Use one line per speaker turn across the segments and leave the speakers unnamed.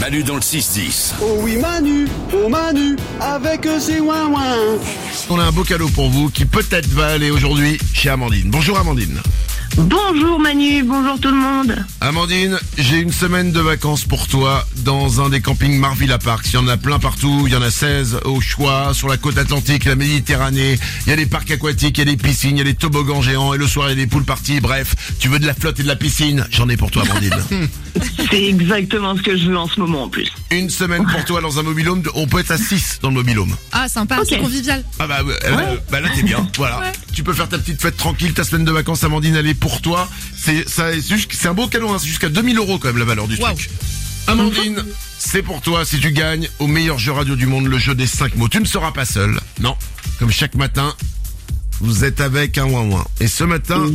Manu dans le 6-10.
Oh oui Manu, oh Manu, avec ses ouin-ouin.
On a un beau cadeau pour vous qui peut-être va aller aujourd'hui chez Amandine. Bonjour Amandine.
Bonjour Manu, bonjour tout le monde.
Amandine, j'ai une semaine de vacances pour toi dans un des campings Marvilla Park. Il y en a plein partout, il y en a 16 au choix, sur la côte atlantique, la Méditerranée. Il y a des parcs aquatiques, il y a des piscines, il y a des toboggans géants et le soir il y a des poules parties. Bref, tu veux de la flotte et de la piscine J'en ai pour toi Amandine.
C'est exactement ce que je veux en ce moment en plus.
une semaine pour toi dans un mobilhome, on peut être à 6 dans le mobilhome.
Ah, sympa,
Ok.
c'est convivial.
Ah bah, ouais, euh, bah là t'es bien, voilà.
Ouais.
Tu peux faire ta petite fête tranquille, ta semaine de vacances Amandine, elle est pour toi. C'est ça, est jusqu'- c'est un beau cadeau, hein, c'est jusqu'à 2000 euros quand même la valeur du
Waouh.
truc. Amandine, c'est pour toi si tu gagnes au meilleur jeu radio du monde, le jeu des 5 mots. Tu ne seras pas seul, non. Comme chaque matin, vous êtes avec un ouin ouin. Et ce matin,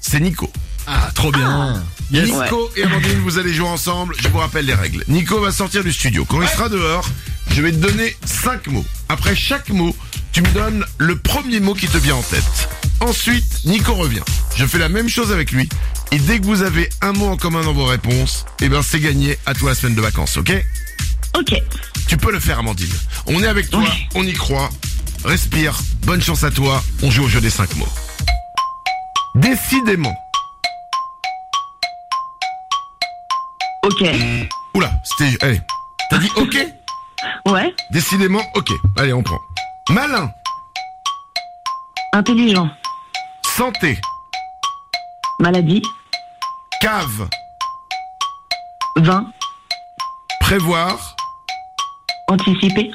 c'est Nico.
Ah, trop bien. Yes.
Nico et Amandine, vous allez jouer ensemble. Je vous rappelle les règles. Nico va sortir du studio. Quand il sera dehors, je vais te donner 5 mots. Après chaque mot, tu me donnes le premier mot qui te vient en tête. Ensuite, Nico revient. Je fais la même chose avec lui. Et dès que vous avez un mot en commun dans vos réponses, eh ben c'est gagné à toi la semaine de vacances, ok
Ok,
Tu peux le faire, Amandine. On est avec toi,
Oui.
on y croit. Respire, bonne chance à toi. On joue au jeu des 5 mots. Décidément.
ok,
Oula, c'était... Allez. T'as dit ok
ouais,
Décidément, ok. Allez, on prend. Malin,
intelligent,
santé,
maladie,
cave,
vin,
prévoir,
anticipé,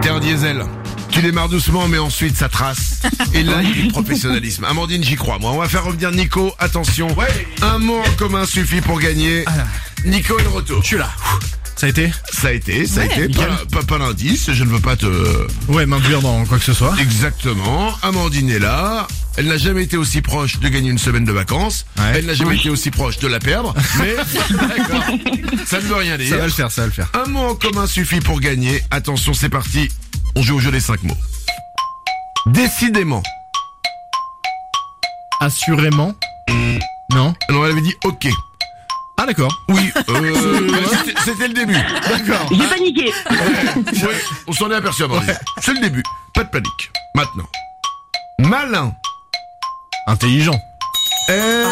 t'es un diesel. Tu démarres doucement, mais ensuite ça trace. Et là, il y a du professionnalisme. Amandine, j'y crois. Moi, on va faire revenir Nico. Attention. Un mot en commun suffit pour gagner. Nico est de retour.
Ah Je suis là. Ça a été
Ça a été, ça a été. Pas,
nickel.
pas, pas l'indice, je ne veux pas te...
Ouais, m'induire dans quoi que ce soit.
Exactement. Amandine est là. Elle n'a jamais été aussi proche de gagner une semaine de vacances.
Ouais.
Elle n'a jamais été aussi proche de la perdre. Mais D'accord. ça ne veut rien dire.
Ça va le faire, ça va le faire.
Un mot en commun suffit pour gagner. Attention, c'est parti. On joue au jeu des 5 mots. Décidément.
Assurément. Non.
Alors elle avait dit OK.
Ah, d'accord.
Oui, euh, c'était- c'était le début.
D'accord.
j'ai paniqué,
Ouais, on s'en est aperçu avant. C'est le début. Pas de panique. Maintenant. Malin.
Intelligent.
Euh,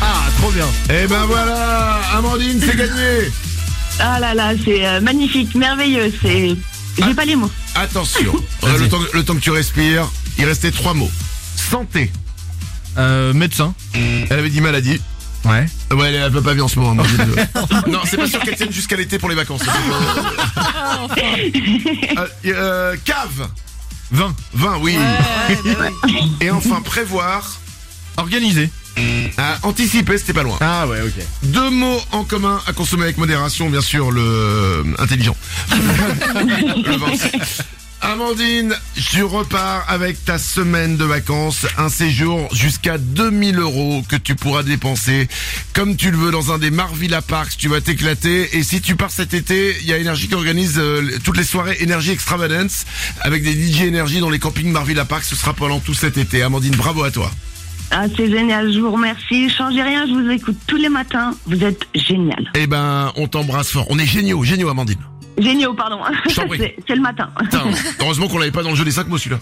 Ah, trop bien.
Eh ben voilà, Amandine, c'est gagné.
ah là là, c'est euh, magnifique, merveilleux, c'est... J'ai pas les mots,
Attention.
Vas-y.
Le temps, que- le temps que tu respires, il restait trois mots. Santé.
Euh, médecin.
Elle avait dit maladie.
Ouais.
Ouais, elle, elle peut pas vivre en ce moment. Amandine. non, c'est pas sûr qu'elle tienne jusqu'à l'été pour les vacances. Euh, euh, cave.
20.
20, oui. Et enfin, prévoir.
Organisé.
À anticiper, c'était pas loin.
Ah, ouais, ok.
Deux mots en commun à consommer avec modération, bien sûr, le euh, intelligent. Le vingt. Amandine, tu repars avec ta semaine de vacances, un séjour jusqu'à 2000 euros que tu pourras dépenser comme tu le veux dans un des Marvilla Parks. Tu vas t'éclater et si tu pars cet été, il y a Énergie qui organise euh, toutes les soirées Énergie Extravagance avec des DJ Énergie dans les campings Marvilla Parks. Ce sera pendant tout cet été. Amandine, bravo à toi.
ah, c'est génial, je vous remercie, changez rien, je vous écoute tous les matins, vous êtes génial.
Eh ben, on t'embrasse fort. On est géniaux, géniaux, Amandine.
Géniaux, pardon,
Je t'en prie.
c'est c'est le matin.
Putain, heureusement qu'on l'avait pas dans le jeu des 5 mots celui-là.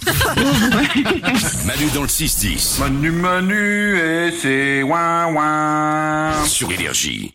Manu dans le 6-10.
Manu Manu et c'est ouin ouin.
Sur Énergie.